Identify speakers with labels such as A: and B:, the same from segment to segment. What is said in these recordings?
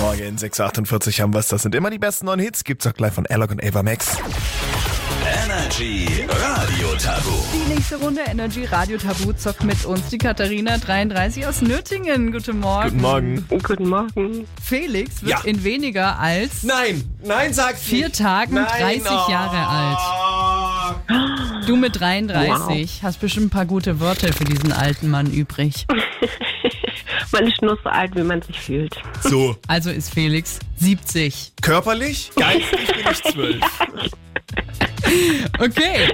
A: Morgen, 6.48 haben wir's. Das sind immer die besten neuen Hits. Gibt's auch gleich von Alok und Ava Max.
B: Energy Radio Tabu.
C: Die nächste Runde Energy Radio Tabu zockt mit uns die Katharina 33 aus Nöttingen. Guten Morgen.
A: Guten Morgen.
D: Guten Morgen.
C: Felix wird
E: Ja.
C: in weniger als
E: Nein, nein, sag's
C: vier
E: nicht.
C: Tagen
E: Nein,
C: 30
E: oh.
C: Jahre alt. Du mit 33 hast bestimmt ein paar gute Wörter für diesen alten Mann übrig.
D: Man ist nur so alt, wie man sich fühlt.
E: So,
C: Also ist Felix 70.
A: Körperlich?
E: geistig bin ich zwölf.
C: Okay.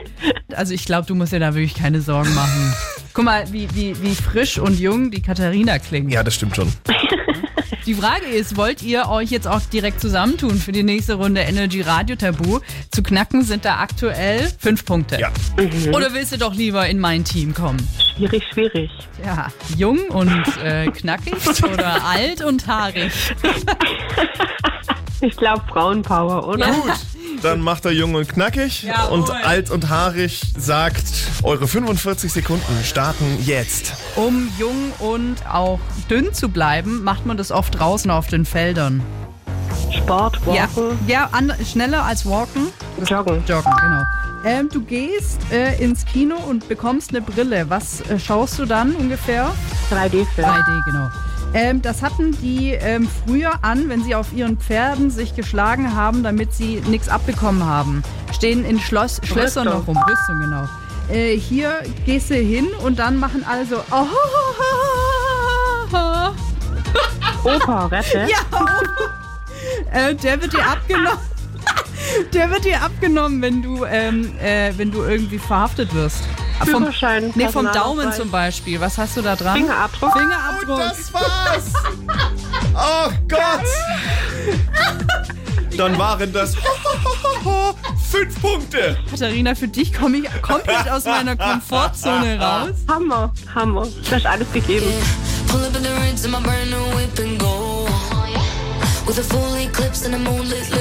C: Also ich glaube, du musst dir da wirklich keine Sorgen machen. Guck mal, wie, wie, wie frisch und jung die Katharina klingt.
A: Ja, das stimmt schon.
C: Die Frage ist, wollt ihr euch jetzt auch direkt zusammentun für die nächste Runde Energy Radio Tabu? Zu knacken sind da aktuell fünf Punkte.
A: Ja.
C: Oder willst du doch lieber in mein Team kommen?
D: Schwierig, schwierig.
C: Ja, jung und äh, knackig oder alt und haarig?
D: Ich glaube Frauenpower,
C: ne?
D: oder?
A: Dann macht er jung und knackig
C: Jawohl.
A: und alt und haarig sagt, eure 45 Sekunden starten jetzt.
C: Um jung und auch dünn zu bleiben, macht man das oft draußen auf den Feldern.
D: Sport, Walken,
C: ja, ja an, schneller als walken.
D: Joggen.
C: Joggen, genau. Ähm, du gehst äh, ins Kino und bekommst eine Brille. Was äh, schaust du dann ungefähr?
D: 3D-Film.
C: 3D, genau. Ähm, das hatten die ähm, früher an, wenn sie auf ihren Pferden sich geschlagen haben, damit sie nichts abbekommen haben. Stehen in Schloss, Schlössern
D: Rüstung.
C: noch rum. Rüstung, genau. Äh, hier gehst du hin und dann machen alle so. Oh,
D: Opa, Rette.
C: Ja, äh, der wird dir abgenommen. Der wird dir abgenommen, wenn du, ähm, äh, wenn du irgendwie verhaftet wirst. Vom,
D: Führerschein,
C: nee, vom
D: Personalausweis.
C: Daumen zum Beispiel. Was hast du da dran?
D: Fingerabdruck.
C: Fingerabdruck.
A: Das war's! Oh Gott! Dann waren das fünf Punkte.
C: Katharina, für dich komme ich komplett aus meiner Komfortzone raus.
D: Hammer, Hammer. Das ist alles gegeben.
F: Pull up in the Ritz in my brand new whip and go. With a full eclipse and a moonlit lit.